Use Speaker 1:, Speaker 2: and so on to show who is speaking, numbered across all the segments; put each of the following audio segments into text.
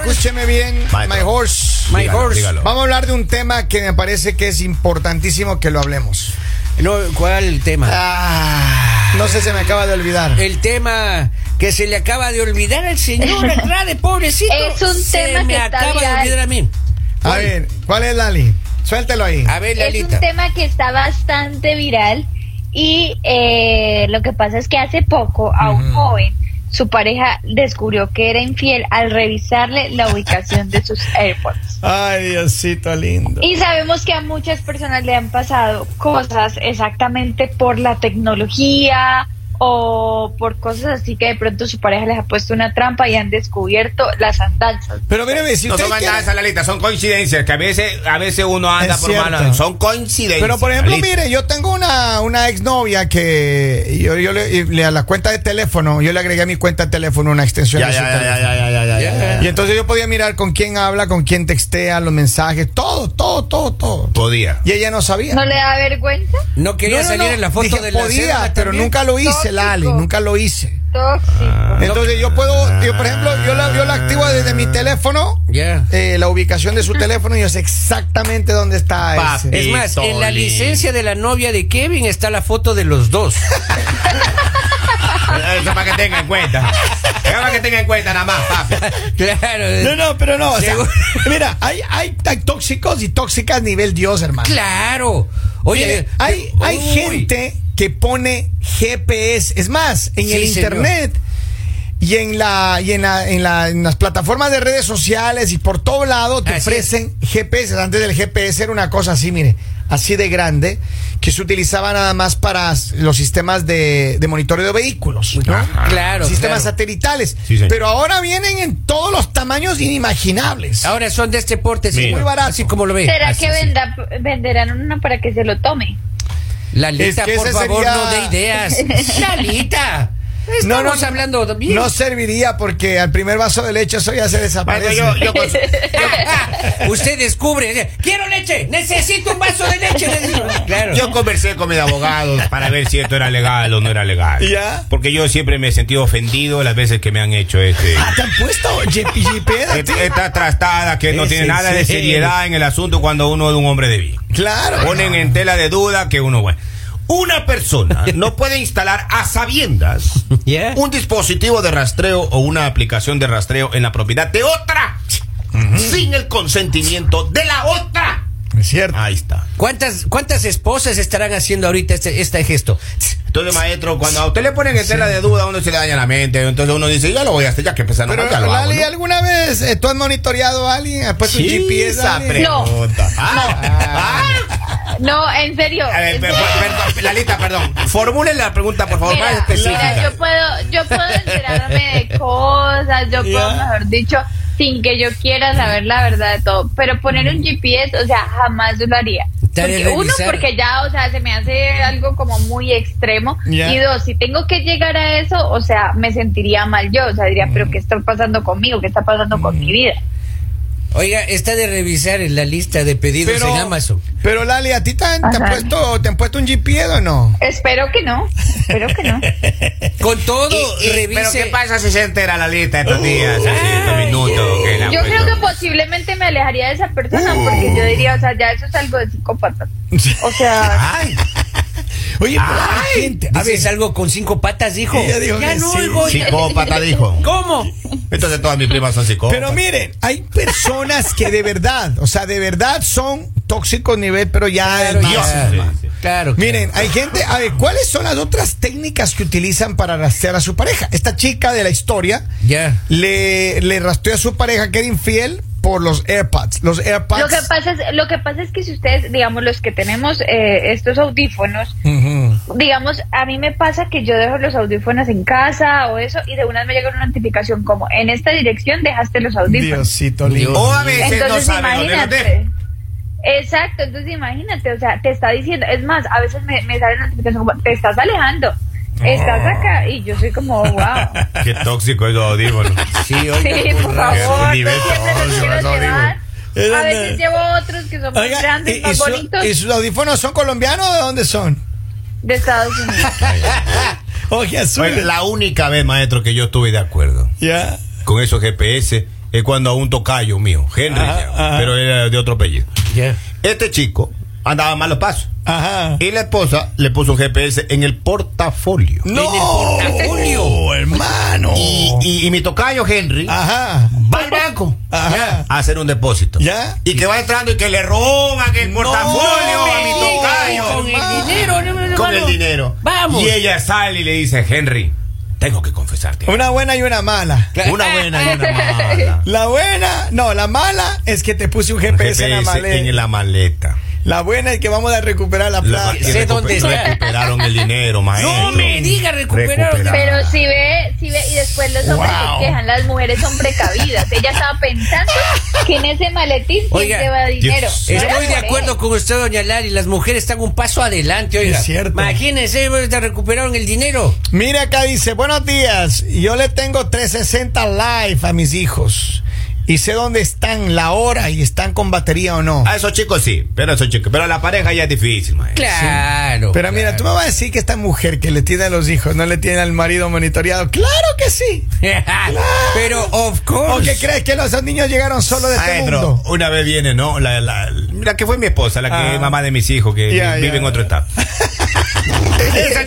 Speaker 1: escúcheme bien,
Speaker 2: Maestro.
Speaker 1: My Horse.
Speaker 2: My Dígalo, horse. dígalo.
Speaker 1: Vamos a hablar de un tema que me parece que es importantísimo que lo hablemos.
Speaker 3: No, ¿cuál el tema?
Speaker 1: Ah, no sé, se me acaba de olvidar.
Speaker 2: Eh,
Speaker 3: El tema que se le acaba de olvidar al señor Andrade, pobrecito.
Speaker 4: Es un
Speaker 3: se
Speaker 4: tema
Speaker 3: me
Speaker 4: que está
Speaker 3: acaba de
Speaker 4: viral.
Speaker 3: olvidar a mí.
Speaker 1: A ver, ¿cuál es Lali? Suéltelo ahí.
Speaker 3: A ver,
Speaker 4: Es
Speaker 3: Lalita.
Speaker 4: un tema que está bastante viral y eh, lo que pasa es que hace poco a un joven su pareja descubrió que era infiel al revisarle la ubicación de sus AirPods.
Speaker 1: Ay, Diosito lindo.
Speaker 4: Y sabemos que a muchas personas le han pasado cosas exactamente por la tecnología o por cosas así que de pronto su pareja les ha puesto una trampa y han descubierto las andanzas.
Speaker 1: Pero mírame, si
Speaker 2: No
Speaker 1: usted
Speaker 2: son
Speaker 1: quiere-
Speaker 2: andadas, Lalita, son coincidencias, que a veces, a veces uno anda
Speaker 1: Es
Speaker 2: por
Speaker 1: cierto.
Speaker 2: malas. Son coincidencias.
Speaker 1: Pero por ejemplo,
Speaker 2: Lalita.
Speaker 1: mire, yo tengo una, una exnovia que yo, yo le, y le- a la cuenta de teléfono, yo le agregué a mi cuenta de teléfono una extensión
Speaker 2: Ya,
Speaker 1: de
Speaker 2: ya,
Speaker 1: su
Speaker 2: ya,
Speaker 1: teléfono.
Speaker 2: ya, ya, ya, ya, ya, ya.
Speaker 1: Y entonces yo podía mirar con quién habla, con quién textea, los mensajes, todo, todo, todo, todo.
Speaker 2: Podía.
Speaker 1: Y ella no sabía.
Speaker 4: ¿No le da vergüenza?
Speaker 3: No quería
Speaker 1: No, no,
Speaker 3: salir
Speaker 1: no.
Speaker 3: en la foto
Speaker 1: Dije,
Speaker 3: de la
Speaker 1: podía,
Speaker 3: cédula
Speaker 1: pero
Speaker 3: también.
Speaker 1: nunca lo hice,
Speaker 4: Tóxico.
Speaker 1: Lali, nunca lo hice.
Speaker 4: Tóxico.
Speaker 3: Ah,
Speaker 1: Entonces yo puedo, yo por ejemplo, yo la, yo la activo desde mi teléfono,
Speaker 3: Ya.
Speaker 1: eh, la ubicación de su teléfono y yo sé exactamente dónde está
Speaker 2: Papi.
Speaker 1: ese.
Speaker 3: Es más, en la
Speaker 2: Pistolín.
Speaker 3: licencia de la novia de Kevin está la foto de los dos.
Speaker 2: Eso para que tenga en cuenta. Eso para que tenga en cuenta nada más, papi.
Speaker 3: claro.
Speaker 1: No, no, pero no. o sea,
Speaker 3: Seguro.
Speaker 1: mira, hay, hay, hay tóxicos y tóxicas nivel Dios, hermano.
Speaker 3: Claro. Oye, eh,
Speaker 1: Mire, hay, hay
Speaker 3: uy.
Speaker 1: gente que pone GPS. Es más, en
Speaker 3: Sí,
Speaker 1: el
Speaker 3: señor.
Speaker 1: internet y en la y en, la- en la- en las plataformas de redes sociales y por todo lado te
Speaker 3: Así es.
Speaker 1: ofrecen GPS. Antes del GPS era una cosa así, mire, así de grande que se utilizaba nada más para s- los sistemas de, de monitoreo de vehículos, ¿no?
Speaker 2: Ajá.
Speaker 3: Claro.
Speaker 1: sistemas
Speaker 3: claro.
Speaker 1: satelitales.
Speaker 2: Sí, señor.
Speaker 1: Pero ahora vienen en todos los tamaños inimaginables.
Speaker 3: Ahora son de este porte, sí,
Speaker 2: Mira.
Speaker 3: muy barato. Así como lo ve.
Speaker 4: ¿Será
Speaker 3: Así,
Speaker 4: que
Speaker 3: sí.
Speaker 4: venda- venderán una para que se lo tome?
Speaker 3: Lalita,
Speaker 1: Es que
Speaker 3: por
Speaker 1: ese
Speaker 3: favor,
Speaker 1: sería-
Speaker 3: no dé ideas. Lalita.
Speaker 1: No,
Speaker 3: Estamos
Speaker 1: no,
Speaker 3: hablando bien.
Speaker 1: No serviría porque al primer vaso de leche eso ya se
Speaker 2: Bueno,
Speaker 1: desaparece.
Speaker 2: yo, yo con-
Speaker 3: Usted descubre. Quiero leche. Necesito un vaso de leche. Claro.
Speaker 2: Yo conversé con mis abogados para ver si esto era legal o no era legal.
Speaker 1: ¿Ya?
Speaker 2: Porque yo siempre me he sentido ofendido las veces que me han hecho este.
Speaker 1: Ah, ¿Te han puesto JPGP?
Speaker 2: et- Esta trastada que no
Speaker 3: Es
Speaker 2: tiene
Speaker 3: en
Speaker 2: nada de
Speaker 3: serio.
Speaker 2: seriedad en el asunto cuando uno es un hombre de bien.
Speaker 1: Claro.
Speaker 2: Ponen en tela de duda que uno, bueno. Una persona no puede instalar a sabiendas
Speaker 3: Yeah.
Speaker 2: un dispositivo de rastreo o una aplicación de rastreo en la propiedad de otra sin el consentimiento de la otra.
Speaker 1: Es cierto.
Speaker 2: Ahí está.
Speaker 3: ¿Cuántas, ¿Cuántas esposas estarán haciendo ahorita este, este gesto?
Speaker 2: Entonces, maestro, cuando a usted le ponen en tela de duda, a uno se le daña la mente. Entonces uno dice, ya lo voy a hacer, ya que empezaron,
Speaker 1: Pero,
Speaker 2: ya lo hago,
Speaker 1: Lali,
Speaker 2: ¿no?
Speaker 1: ¿alguna vez eh, tú has monitoreado a alguien? ¿Has puesto pues, un
Speaker 2: Sí,
Speaker 1: GPS?
Speaker 2: esa
Speaker 1: Lali?
Speaker 2: pregunta. Ah, ah.
Speaker 4: No, en serio.
Speaker 2: A ver,
Speaker 4: en
Speaker 2: per-
Speaker 4: serio.
Speaker 2: per- perdón, Lalita, perdón. Formule la pregunta, por favor,
Speaker 4: Mira,
Speaker 2: más específica.
Speaker 4: mira, yo puedo, yo puedo enterarme de cosas, yo puedo, mejor dicho, sin que yo quiera saber la verdad de todo. Pero poner
Speaker 2: Mm.
Speaker 4: un GPS, o sea, jamás yo lo haría.
Speaker 3: Tal vez
Speaker 4: Porque, uno,
Speaker 3: revisar.
Speaker 4: porque ya, o sea, se me hace algo como muy extremo.
Speaker 1: Ya.
Speaker 4: Y dos, si tengo que llegar a eso, o sea, me sentiría mal yo. O sea, diría,
Speaker 2: Mm.
Speaker 4: pero ¿qué está pasando conmigo? ¿Qué está pasando con mi vida?
Speaker 3: Oiga, está de revisar en la lista de pedidos
Speaker 1: Pero,
Speaker 3: en Amazon.
Speaker 1: pero Lali, ¿a ti te han, te han
Speaker 4: Ajá.
Speaker 1: puesto, te han puesto un GPS o no?
Speaker 4: Espero que no, espero que no.
Speaker 3: Con todo,
Speaker 2: Y- y-
Speaker 3: revise.
Speaker 2: Pero ¿qué pasa si se entera Lalita estos días, así, Uh, estos minutos? que la-
Speaker 4: Yo creo que posiblemente me alejaría de esa persona porque yo diría, o sea, ya eso es algo de psicópata. O sea,
Speaker 1: Ay. Oye, pero hay gente. A ver,
Speaker 3: Dices algo con cinco patas, dijo.
Speaker 1: Ella dijo
Speaker 3: Ya
Speaker 1: que
Speaker 3: no
Speaker 1: sí.
Speaker 3: oigo.
Speaker 2: Psicópata dijo.
Speaker 3: ¿Cómo?
Speaker 2: Entonces todas mis primas son psicópatas.
Speaker 1: pero miren, hay personas que de verdad, o sea, de verdad son tóxicos nivel, pero ya
Speaker 3: Claro,
Speaker 1: es
Speaker 2: Dios.
Speaker 1: más.
Speaker 3: ya.
Speaker 2: Sí, sí.
Speaker 3: Claro.
Speaker 1: Miren, hay gente, a ver, ¿cuáles son las otras técnicas que utilizan para rastrear a su pareja? Esta chica de la historia
Speaker 3: Ya.
Speaker 1: le, le rastreó a su pareja que era infiel por los AirPods. Los AirPods.
Speaker 4: lo que pasa es, lo que pasa es que si ustedes, digamos, los que tenemos eh, estos audífonos,
Speaker 1: Ujú.
Speaker 4: digamos, a mí me pasa que yo dejo los audífonos en casa o eso y de una vez me llega una notificación como, en esta dirección dejaste los audífonos.
Speaker 1: Diosito lindo.
Speaker 2: O a veces
Speaker 4: Entonces
Speaker 2: no saben dónde los
Speaker 4: imagínate. Exacto, entonces imagínate, o sea, te está diciendo, es más, a veces me, me sale una notificación como, te estás alejando, estás acá, y yo soy como, wow.
Speaker 2: dejan. Qué tóxico es los audífonos.
Speaker 3: Sí, oiga.
Speaker 4: Sí,
Speaker 3: con
Speaker 4: por
Speaker 3: razón.
Speaker 2: Es un
Speaker 4: favor, no
Speaker 2: nivel
Speaker 4: siempre los
Speaker 2: tóxico,
Speaker 4: quiero
Speaker 2: eso digo.
Speaker 4: llevar.
Speaker 1: Era
Speaker 4: A veces
Speaker 1: una-
Speaker 4: llevo otros que son más
Speaker 1: Oiga,
Speaker 4: grandes,
Speaker 1: ¿y,
Speaker 4: más
Speaker 1: su-
Speaker 4: bonitos,
Speaker 1: y sus audífonos son colombianos o de dónde son?
Speaker 4: de Estados Unidos.
Speaker 1: Oye, azul.
Speaker 2: Fue la única vez, maestro, que yo estuve de acuerdo
Speaker 1: Ya.
Speaker 2: con esos GPS es cuando a un tocayo mío, Henry,
Speaker 3: Ajá,
Speaker 2: se llama,
Speaker 3: ajá.
Speaker 2: pero era de otro apellido.
Speaker 3: Ya.
Speaker 2: Este chico andaba malos pasos.
Speaker 3: Ajá.
Speaker 2: Y la esposa le puso un GPS en el portafolio.
Speaker 3: En el portafolio.
Speaker 1: hermano.
Speaker 2: Y, y- y mi tocayo Henry
Speaker 1: Ah. Ajá.
Speaker 2: va al banco
Speaker 1: Ajá.
Speaker 2: a hacer un depósito.
Speaker 1: ¿Ya?
Speaker 2: Y que va entrando y que le roban el portafolio
Speaker 3: No
Speaker 2: a mi
Speaker 3: me digas,
Speaker 2: tocayo.
Speaker 3: Con el dinero, no, no, no,
Speaker 2: con el
Speaker 3: hermano.
Speaker 2: dinero.
Speaker 3: Vamos.
Speaker 2: Y ella sale y le dice, Henry, tengo que confesarte.
Speaker 1: Una buena y una mala.
Speaker 3: Claro.
Speaker 2: Una buena y una mala.
Speaker 1: La buena, no, la mala es que te puse un GPS,
Speaker 2: GPS
Speaker 1: en la maleta.
Speaker 2: en la maleta.
Speaker 1: La buena es que vamos a recuperar la
Speaker 2: La-
Speaker 1: plata.
Speaker 2: y
Speaker 3: sé dónde
Speaker 2: recuper-
Speaker 3: está.
Speaker 2: Recuperaron el dinero, maestro.
Speaker 3: No me diga, recuperaron.
Speaker 4: Pero si ve, si ve, y después los hombres se quejan, las mujeres son precavidas. Ella estaba pensando que en ese maletín sí
Speaker 3: Oiga,
Speaker 4: lleva dinero.
Speaker 2: Dios.
Speaker 3: Estoy
Speaker 4: No era
Speaker 3: de
Speaker 4: por
Speaker 3: acuerdo
Speaker 4: él.
Speaker 3: con usted, doña Lali. Las mujeres están un paso adelante, oiga.
Speaker 1: Es cierto.
Speaker 3: Imagínense, te recuperaron el dinero.
Speaker 1: Mira acá dice, buenos días, yo le tengo 360 live a mis hijos y sé dónde están, la hora y están con batería o no.
Speaker 2: A esos chicos sí, pero a esos chicos. Pero a la pareja ya es difícil, maestro.
Speaker 3: Claro.
Speaker 1: Pero mira,
Speaker 3: claro.
Speaker 1: tú me vas a decir que esta mujer que le tiene a los hijos no le tiene al marido monitoreado. Claro que sí.
Speaker 3: Pero, of
Speaker 1: ¿O
Speaker 3: course.
Speaker 1: qué crees que los esos niños llegaron solo de este
Speaker 2: Maestro,
Speaker 1: mundo?
Speaker 2: una vez viene, ¿no? La, la- mira que fue mi esposa, la que
Speaker 1: Ah.
Speaker 2: es mamá de mis hijos, que
Speaker 1: Ya,
Speaker 2: vi-
Speaker 1: ya.
Speaker 2: vive en otro estado. Esa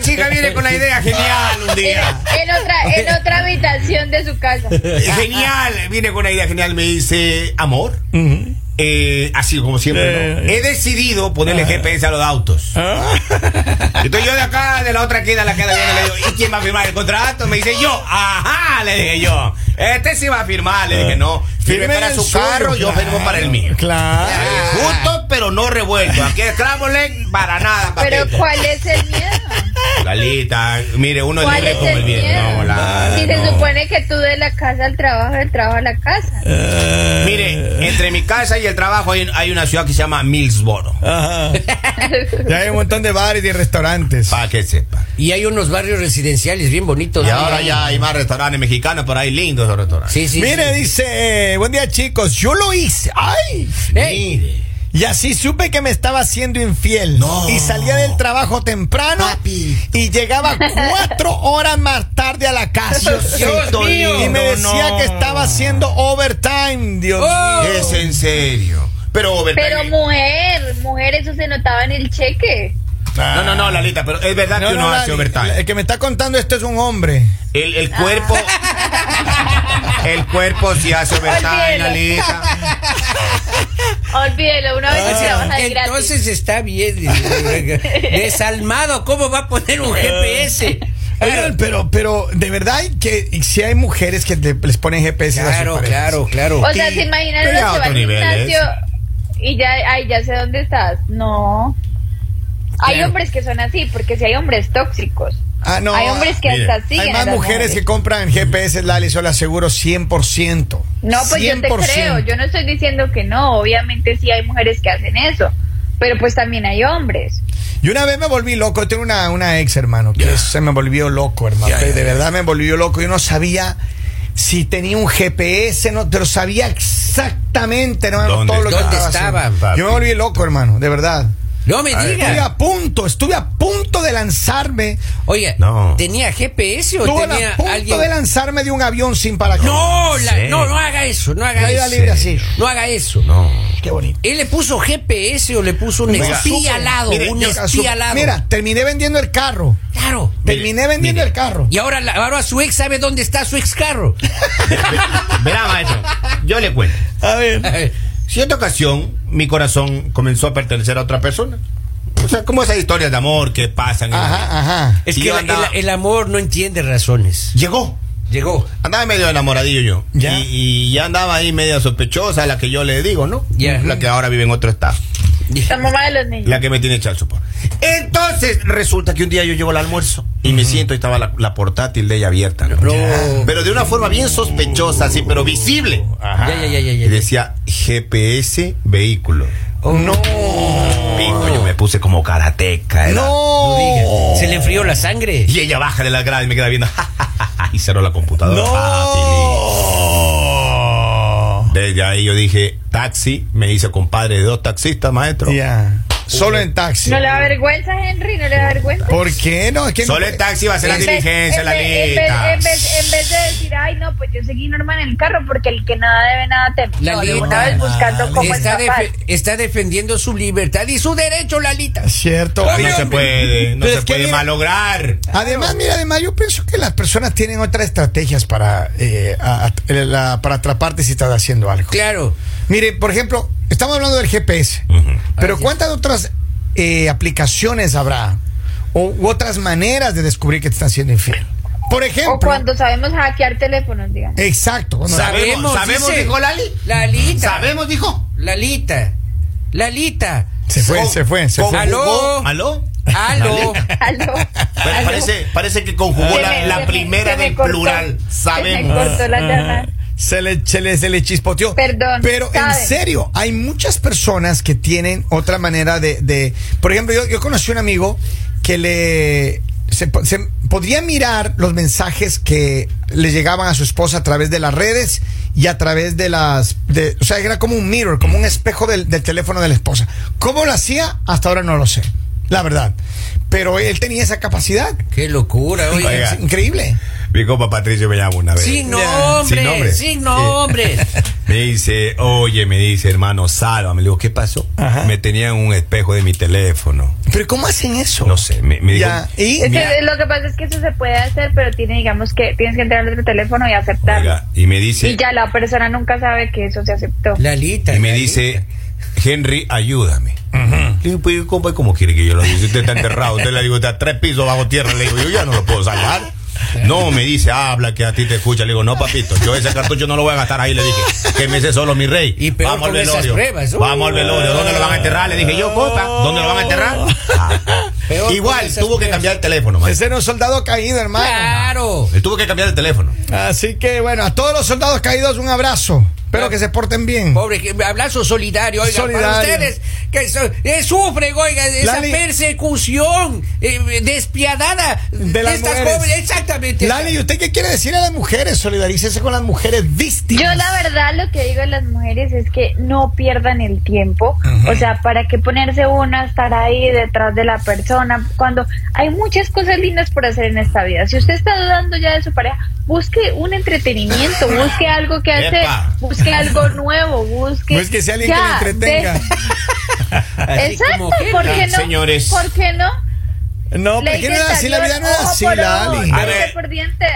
Speaker 2: chica viene con la idea genial un día.
Speaker 4: Era en otra, en otra habitación de su casa.
Speaker 2: Genial, viene con una idea genial, me dice, amor,
Speaker 1: Ujú.
Speaker 2: eh, así como siempre, ¿no?
Speaker 1: Eh, Ah.
Speaker 2: he decidido ponerle GPS a los autos. Entonces yo de acá, de la otra queda, la queda viendo, le digo, ¿y quién va a firmar el contrato? Me dice yo, ajá, le dije yo, este sí va a firmar, le dije no, firme
Speaker 1: Firmen
Speaker 2: para
Speaker 1: Ah. el
Speaker 2: su
Speaker 1: suyo,
Speaker 2: carro, yo
Speaker 1: claro,
Speaker 2: firmo para el mío.
Speaker 1: Claro.
Speaker 2: Eh, Justo, pero no revuelto. Aquí es Traveling para nada,
Speaker 4: Pero
Speaker 2: papito.
Speaker 4: ¿cuál es el miedo?
Speaker 2: Lalita, mire, uno es
Speaker 4: ¿Cuál
Speaker 2: libre
Speaker 4: es
Speaker 2: como
Speaker 4: el
Speaker 2: el viento.
Speaker 4: miedo?
Speaker 2: pues, No, Lala,
Speaker 4: si se
Speaker 2: no.
Speaker 4: supone que tú de la casa al trabajo, del trabajo a la casa.
Speaker 2: Mire, entre mi casa y el trabajo hay, hay una ciudad que se llama Millsboro.
Speaker 1: Ajá. Ya hay un montón de bares y restaurantes.
Speaker 2: Para que sepa.
Speaker 3: Y hay unos barrios residenciales bien bonitos.
Speaker 2: Y
Speaker 3: ¿no?
Speaker 2: ahora ya hay más restaurantes mexicanos por ahí, lindos los restaurantes.
Speaker 3: Sí, sí.
Speaker 1: Mire,
Speaker 3: sí.
Speaker 1: dice, eh, buen día chicos, yo lo hice. ¡Ay!
Speaker 3: Ey.
Speaker 2: Mire.
Speaker 1: Y así supe que me estaba haciendo infiel.
Speaker 2: No.
Speaker 1: Y salía del trabajo temprano.
Speaker 2: Papi.
Speaker 1: Y llegaba cuatro horas más tarde a la casa.
Speaker 3: Dios mío.
Speaker 1: Y me decía
Speaker 2: No, no.
Speaker 1: que estaba haciendo overtime. Dios
Speaker 3: Oh.
Speaker 1: mío.
Speaker 2: Es en serio. Pero, Overtime-
Speaker 4: Pero mujer, mujer, eso se notaba en el cheque.
Speaker 2: No, no, no, Lalita, pero es verdad
Speaker 1: No,
Speaker 2: que uno
Speaker 1: no,
Speaker 2: hace
Speaker 1: la-
Speaker 2: overtime.
Speaker 1: El que me está contando esto es un hombre.
Speaker 2: El, el cuerpo. El cuerpo sí hace overtime,
Speaker 4: Olvídelo.
Speaker 2: Lalita.
Speaker 4: Olvídelo, una vez que trabajas de gratis.
Speaker 3: Ah, Entonces está bien. Desalmado, ¿cómo va a poner un GPS?
Speaker 1: Oigan, pero, pero de verdad que si hay mujeres que le- les ponen GPS a sus
Speaker 3: Claro,
Speaker 1: parejas.
Speaker 3: claro, claro.
Speaker 4: O sea,
Speaker 1: y-
Speaker 4: ¿se imaginas
Speaker 2: pero ya
Speaker 4: uno que va
Speaker 2: otro
Speaker 4: al
Speaker 2: nivel
Speaker 4: gimnasio
Speaker 2: es.
Speaker 4: y ya, ay, ya sé dónde estás? No. Hay
Speaker 3: Claro.
Speaker 4: hombres que son así, porque si hay hombres tóxicos.
Speaker 1: Ah, no,
Speaker 4: hay hombres que
Speaker 2: mire,
Speaker 4: hasta siguen.
Speaker 1: Hay
Speaker 4: a
Speaker 1: más
Speaker 4: las
Speaker 1: mujeres que compran GPS, Lali, eso lo aseguro 100%.
Speaker 4: No, pues yo te
Speaker 1: 100%.
Speaker 4: creo. Yo no estoy diciendo que no. Obviamente sí hay mujeres que hacen eso. Pero pues también hay hombres.
Speaker 1: Y una vez me volví loco, yo tengo una, una ex, hermano, que se me volvió loco, hermano.
Speaker 2: Ya,
Speaker 1: que
Speaker 2: ya,
Speaker 1: de
Speaker 2: ya.
Speaker 1: verdad me volvió loco. Yo no sabía si tenía un GPS, no, pero sabía exactamente, no,
Speaker 2: ¿Dónde-
Speaker 1: todo lo que
Speaker 3: dónde
Speaker 1: estaba. haciendo.
Speaker 2: estaba, papi?
Speaker 1: Yo me volví loco, hermano, de verdad.
Speaker 3: No me
Speaker 1: Estuve
Speaker 3: diga.
Speaker 1: a punto, estuve a punto de lanzarme.
Speaker 3: Oye,
Speaker 2: No.
Speaker 3: ¿tenía GPS o
Speaker 2: Pues
Speaker 1: Estuve
Speaker 3: tenía
Speaker 1: a punto
Speaker 3: alguien?
Speaker 1: de lanzarme de un avión sin paracaídas.
Speaker 3: No, la-
Speaker 2: Sí.
Speaker 3: no, no haga eso, no haga
Speaker 1: Caída
Speaker 3: eso.
Speaker 1: libre así.
Speaker 3: No haga eso.
Speaker 2: No.
Speaker 1: Qué bonito.
Speaker 3: Él le puso GPS o le puso un
Speaker 2: Oiga,
Speaker 3: espía al lado,
Speaker 2: mire,
Speaker 3: un
Speaker 2: yo-
Speaker 3: espía al lado.
Speaker 1: Mira, terminé vendiendo el carro.
Speaker 3: Claro.
Speaker 1: Terminé vendiendo
Speaker 2: mire.
Speaker 1: el carro.
Speaker 3: Y ahora, la- ahora su ex sabe dónde está su ex carro.
Speaker 2: Verá, maestro. Yo le cuento.
Speaker 1: A ver.
Speaker 2: Cierta ocasión, mi corazón comenzó a pertenecer a otra persona. O sea, como esas historias de amor que pasan. en-
Speaker 1: Ajá, ajá.
Speaker 3: Es
Speaker 2: Y
Speaker 3: que
Speaker 2: yo
Speaker 3: la-
Speaker 2: andaba-
Speaker 3: el, el amor no entiende razones.
Speaker 2: Llegó.
Speaker 3: Llegó.
Speaker 2: Andaba medio enamoradillo yo.
Speaker 1: Ya.
Speaker 2: Y, y ya andaba ahí media sospechosa, la que yo le digo, ¿no?
Speaker 3: Ya.
Speaker 2: La que ahora vive en otro estado.
Speaker 4: La mamá de los niños.
Speaker 2: La que me tiene echar el sopa. Entonces, resulta que un día yo llevo al almuerzo y me siento y estaba la, la portátil de ella abierta. ¿no?
Speaker 3: Bro.
Speaker 2: Pero de una forma bien sospechosa, así, pero visible.
Speaker 3: Ya, ya, ya, ya,
Speaker 2: Y
Speaker 3: ya.
Speaker 2: decía GPS vehículo.
Speaker 3: No.
Speaker 2: Pico, yo me puse como karateca. era.
Speaker 1: No.
Speaker 3: Se le enfrió la sangre.
Speaker 2: Y ella baja de la grada y me queda viendo. ja, ja, ja, ja, y cerró la computadora.
Speaker 1: No.
Speaker 2: Desde ahí yo dije, taxi, me hice compadre de dos taxistas, maestro.
Speaker 1: Ya. Solo en taxi.
Speaker 4: No le da vergüenza, Henry, no le da vergüenza.
Speaker 1: ¿Por qué no? Es que no
Speaker 2: Solo el taxi va a ser la
Speaker 4: En vez-
Speaker 2: diligencia,
Speaker 4: en
Speaker 2: la
Speaker 4: vez- en vez-
Speaker 2: lista.
Speaker 4: En vez, en vez de decir, ay, no, pues yo seguí normal en el carro porque el que nada debe nada teme.
Speaker 3: La
Speaker 4: No, de
Speaker 3: Lita.
Speaker 4: una vez buscando cómo
Speaker 3: está,
Speaker 4: escapar.
Speaker 3: defe- está defendiendo su libertad y su derecho, Lalita.
Speaker 1: Cierto.
Speaker 2: No se puede, no
Speaker 1: Pero
Speaker 2: se
Speaker 1: es que
Speaker 2: puede
Speaker 1: mira-
Speaker 2: malograr.
Speaker 1: Además, mira, además yo pienso que las personas tienen otras estrategias para, eh, a- a- la- para atraparte si estás haciendo algo.
Speaker 3: Claro.
Speaker 1: Mire, por ejemplo, estamos hablando del GPS,
Speaker 2: Mm.
Speaker 1: pero
Speaker 3: Así
Speaker 1: ¿cuántas otras eh, aplicaciones habrá o u otras maneras de descubrir que te están siendo infiel? Por ejemplo,
Speaker 4: O cuando sabemos hackear teléfonos, digamos.
Speaker 1: exacto, cuando-
Speaker 2: Sabe- Sabemos, sabemos,
Speaker 3: dice.
Speaker 2: dijo Lali.
Speaker 3: Lalita.
Speaker 2: Sabemos, dijo.
Speaker 3: Lalita. Lalita.
Speaker 1: se fue,
Speaker 2: Con-
Speaker 1: se fue, se
Speaker 2: con-
Speaker 1: fue.
Speaker 3: Aló.
Speaker 2: ¿Aló?
Speaker 3: Aló.
Speaker 4: Aló,
Speaker 2: Pero
Speaker 4: aló.
Speaker 2: parece, parece que conjugó
Speaker 4: Se
Speaker 2: la,
Speaker 4: me-
Speaker 2: la
Speaker 4: se me-
Speaker 2: primera
Speaker 4: se me
Speaker 2: del
Speaker 4: cortó-
Speaker 2: plural.
Speaker 4: Se me
Speaker 2: Sabemos.
Speaker 4: cortó la llamada.
Speaker 1: Se le, se, le, se le chispoteó.
Speaker 4: Perdón,
Speaker 1: Pero
Speaker 4: sabe.
Speaker 1: en serio, hay muchas personas que tienen otra manera de. de- por ejemplo, yo, yo conocí un amigo que le. Se, po- se- podría mirar los mensajes que le llegaban a su esposa a través de las redes y a través de las. de- o sea, era como un mirror, como un espejo del, del teléfono de la esposa. ¿Cómo lo hacía? Hasta ahora no lo sé, la verdad. Pero él tenía esa capacidad.
Speaker 3: Qué locura, oiga.
Speaker 2: Oiga.
Speaker 1: Es increíble.
Speaker 2: Mi compa Patricio me llama una vez.
Speaker 3: Sin
Speaker 2: Sin
Speaker 3: nombre,
Speaker 2: nombre.
Speaker 3: sin nombre.
Speaker 2: Me dice, oye, me dice, hermano, salva. Me digo, ¿qué pasó?
Speaker 1: Ajá.
Speaker 2: Me tenían un espejo de mi teléfono.
Speaker 1: Pero ¿cómo hacen eso?
Speaker 2: No sé, me, me dijo.
Speaker 1: Ya, ¿y?
Speaker 4: Es que
Speaker 2: Mira.
Speaker 4: lo que pasa es que eso se puede hacer, pero tiene, digamos, que tienes que entrar al otro teléfono y aceptarlo.
Speaker 2: Oiga, y me dice,
Speaker 4: Y ya la persona nunca sabe que eso se aceptó.
Speaker 3: Lalita.
Speaker 2: y me
Speaker 3: Lalita.
Speaker 2: dice, Henry, ayúdame. Le digo, pues, compa, ¿cómo quiere que yo lo ayude? Usted está enterrado. Usted le digo, está tres pisos bajo tierra. Le digo, yo ya no lo puedo salvar. No, me dice, habla que a ti te escucha. Le digo, no, papito, yo ese cartucho no lo voy a gastar ahí. Le dije, que me sé solo mi rey.
Speaker 3: Y peor
Speaker 2: Vamos al
Speaker 3: con esas
Speaker 2: velorio.
Speaker 3: pruebas. Uh.
Speaker 2: Vamos al velorio. ¿Dónde lo van a enterrar? Le dije, yo, compa, ¿dónde lo van a enterrar? Ah.
Speaker 3: Peor con
Speaker 2: Igual,
Speaker 3: esas
Speaker 2: tuvo que
Speaker 3: pruebas.
Speaker 2: cambiar el teléfono, maestro.
Speaker 1: Ese era un soldado caído, hermano.
Speaker 3: Claro.
Speaker 2: Él Tuvo que cambiar el teléfono.
Speaker 1: Así que bueno, a todos los soldados caídos un abrazo. Espero que se porten bien.
Speaker 3: Pobre, que- abrazo solidario, oiga, para
Speaker 1: Solidario.
Speaker 3: ustedes que so- eh, sufren, oiga, esa
Speaker 1: Lali.
Speaker 3: persecución eh, despiadada
Speaker 1: De las
Speaker 3: estas
Speaker 1: mujeres.
Speaker 3: jóvenes. Exactamente.
Speaker 1: Lali, ¿y usted qué quiere decir a las mujeres? Solidarícese con las mujeres víctimas.
Speaker 4: Yo la verdad lo que digo a las mujeres es que no pierdan el tiempo, o sea, para qué ponerse uno a estar ahí detrás de la persona, cuando hay muchas cosas lindas por hacer en esta vida. Si usted está dudando ya de su pareja, busque un entretenimiento, busque algo que hacer,
Speaker 2: Epa.
Speaker 4: busque algo nuevo, busque...
Speaker 1: Busque si alguien
Speaker 4: Ya,
Speaker 1: que le entretenga.
Speaker 4: de-
Speaker 3: Así
Speaker 4: Exacto,
Speaker 3: como que-
Speaker 4: ¿por qué no?
Speaker 2: Señores.
Speaker 4: ¿Por qué no?
Speaker 1: No,
Speaker 4: Le
Speaker 1: ¿por qué no
Speaker 4: dicen
Speaker 1: era así? La
Speaker 4: adiós,
Speaker 1: vida no era
Speaker 4: ojo
Speaker 1: así,
Speaker 4: por ojo,
Speaker 1: Lali.
Speaker 2: A
Speaker 4: diente
Speaker 2: ver.
Speaker 4: por diente.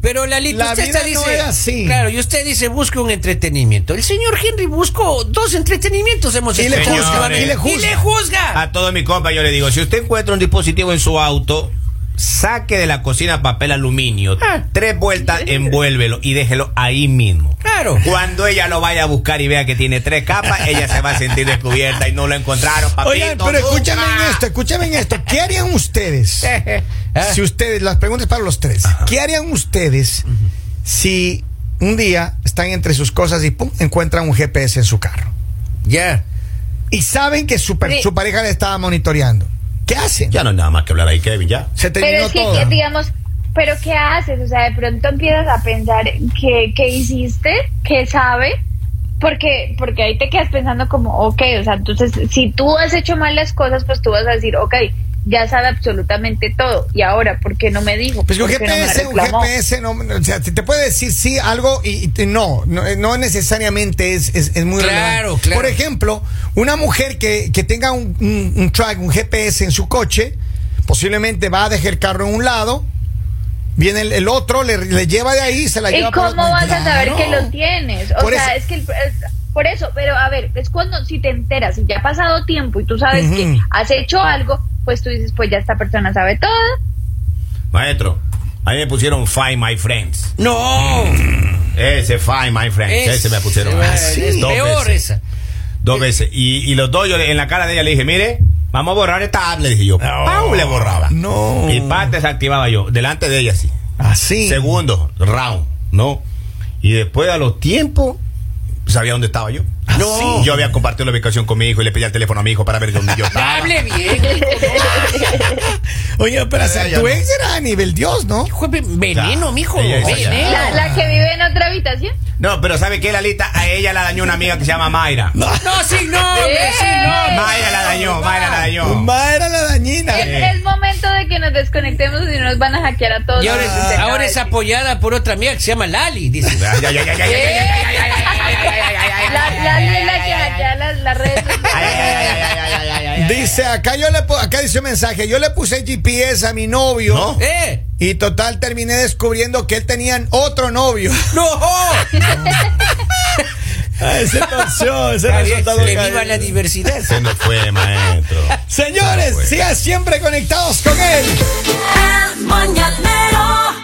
Speaker 3: Pero Lalita,
Speaker 1: La
Speaker 3: usted está
Speaker 1: vida no
Speaker 3: dice.
Speaker 1: era así.
Speaker 3: Claro, y usted dice, busque un entretenimiento. El señor Henry buscó dos entretenimientos hemos
Speaker 1: Y le
Speaker 3: escuchado.
Speaker 2: juzga, y le
Speaker 3: Y
Speaker 1: juzga.
Speaker 3: le juzga.
Speaker 2: A todo mi compa yo le digo, si usted encuentra un dispositivo en su auto, saque de la cocina papel aluminio,
Speaker 3: Ah.
Speaker 2: tres vueltas, envuélvelo y déjelo ahí mismo.
Speaker 3: Claro.
Speaker 2: Cuando ella lo vaya a buscar y vea que tiene tres capas, ella se va a sentir descubierta y no lo encontraron, papito. Ah.
Speaker 1: Oigan, pero escúchame en esto, escúchame en esto. ¿Qué harían ustedes?
Speaker 3: Eh. Ah,
Speaker 1: Si ustedes, las preguntas para los tres. ¿Qué harían ustedes si un día están entre sus cosas y pum, encuentran un GPS en su carro?
Speaker 3: Ya.
Speaker 1: Y saben que su, per-
Speaker 4: Sí.
Speaker 1: su pareja le estaba monitoreando. ¿Qué hacen?
Speaker 2: Ya no hay nada más que hablar ahí, Kevin, ya.
Speaker 1: Se terminó
Speaker 4: Pero es que,
Speaker 1: todo.
Speaker 4: que, digamos, ¿pero qué haces? O sea, de pronto empiezas a pensar qué, qué hiciste, qué sabe, porque, porque ahí te quedas pensando como, ok, o sea, entonces, si tú has hecho mal las cosas, pues tú vas a decir, ok, ya sabe absolutamente todo, y ahora, ¿por qué no me dijo?
Speaker 1: Pues un
Speaker 4: ¿Por qué no me
Speaker 1: GPS, un
Speaker 4: reclamó?
Speaker 1: GPS, no, no, o sea, te te puede decir sí algo y, y te- no, no, eh, no necesariamente es, es, es muy
Speaker 3: Claro,
Speaker 1: relevante.
Speaker 3: claro.
Speaker 1: Por ejemplo, una mujer que, que tenga un, un, un track, un GPS en su coche, posiblemente va a dejar el carro en un lado, viene el, el otro, le, le lleva de ahí, se la
Speaker 4: ¿Y
Speaker 1: lleva para
Speaker 4: cómo
Speaker 1: otro-
Speaker 4: vas a saber
Speaker 1: Claro.
Speaker 4: que lo tienes? O
Speaker 1: Por
Speaker 4: sea,
Speaker 1: eso-
Speaker 4: es que el- es- por eso, pero a ver, es cuando si te enteras y ya ha pasado tiempo y tú sabes que
Speaker 1: Ujú.
Speaker 4: has hecho algo, pues tú dices, pues ya esta persona sabe todo.
Speaker 2: Maestro, ahí me pusieron Find My Friends.
Speaker 3: No.
Speaker 1: Mm,
Speaker 2: Ese Find My Friends, ese me pusieron.
Speaker 3: Es,
Speaker 2: así,
Speaker 3: es
Speaker 2: dos
Speaker 3: peor
Speaker 2: veces.
Speaker 3: esa.
Speaker 2: Dos veces. Y, y los dos, yo le- en la cara de ella le dije, mire, vamos a borrar esta app, le dije yo. ¡Pau! Le borraba.
Speaker 1: No.
Speaker 2: Y parte desactivaba yo, delante de ella, sí.
Speaker 1: Así.
Speaker 2: Segundo, round, ¿no? Y después a los tiempos, sabía dónde estaba yo.
Speaker 1: No.
Speaker 2: Yo había compartido la ubicación con mi hijo y le pedí el teléfono a mi hijo para ver dónde yo estaba.
Speaker 3: Hable bien.
Speaker 1: Oye, pero o sea,
Speaker 3: Eh,
Speaker 2: Ay, ay,
Speaker 1: tu
Speaker 2: ay.
Speaker 1: ex era a nivel Dios, ¿no?
Speaker 3: Hijo de- Veneno,
Speaker 2: Ya.
Speaker 3: mijo.
Speaker 2: Ella es-
Speaker 3: veneno.
Speaker 4: La, la que vive en otra habitación.
Speaker 2: No, pero ¿sabe qué, Lalita? A ella la dañó una amiga que se llama Mayra.
Speaker 3: No, sin nombre,
Speaker 4: Eh.
Speaker 3: sin nombre.
Speaker 2: Mayra la dañó, Mayra Claro.
Speaker 1: Ma era la dañina.
Speaker 4: Es, es momento de que nos desconectemos y no nos van a hackear a todos.
Speaker 3: Y ahora,
Speaker 4: Nos
Speaker 3: es,
Speaker 4: acaba
Speaker 3: ahora
Speaker 4: de
Speaker 3: es
Speaker 4: decir.
Speaker 3: apoyada por otra mía que se llama Lali, dice.
Speaker 2: Ay, ay, ay, ay, ay, ay, ay, ay, ay,
Speaker 4: La, la, la, la que hackea las, las redes sociales.
Speaker 1: Dice, acá yo le pu- acá dice un mensaje, yo le puse GPS a mi novio
Speaker 2: No.
Speaker 3: ¡Eh!
Speaker 1: y total terminé descubriendo que él tenía otro novio.
Speaker 3: ¡No!
Speaker 1: ese torció, ese
Speaker 3: Está bien,
Speaker 1: resultado
Speaker 3: que
Speaker 1: cae.
Speaker 3: viva la diversidad.
Speaker 2: Se nos fue, maestro.
Speaker 1: Señores,
Speaker 2: Ah, bueno.
Speaker 1: sigan siempre conectados con él.
Speaker 5: El mañanero.